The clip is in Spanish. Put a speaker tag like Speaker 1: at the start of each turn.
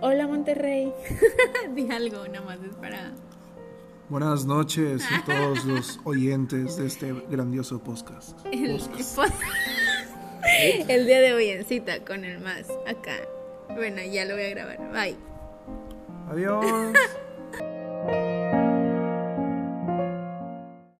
Speaker 1: Hola Monterrey. Di algo, nada más es para.
Speaker 2: Buenas noches a todos los oyentes de este grandioso podcast.
Speaker 1: El,
Speaker 2: Podcast.
Speaker 1: el día de hoy en cita con el más acá. Bueno, ya lo voy a grabar. Bye.
Speaker 2: Adiós.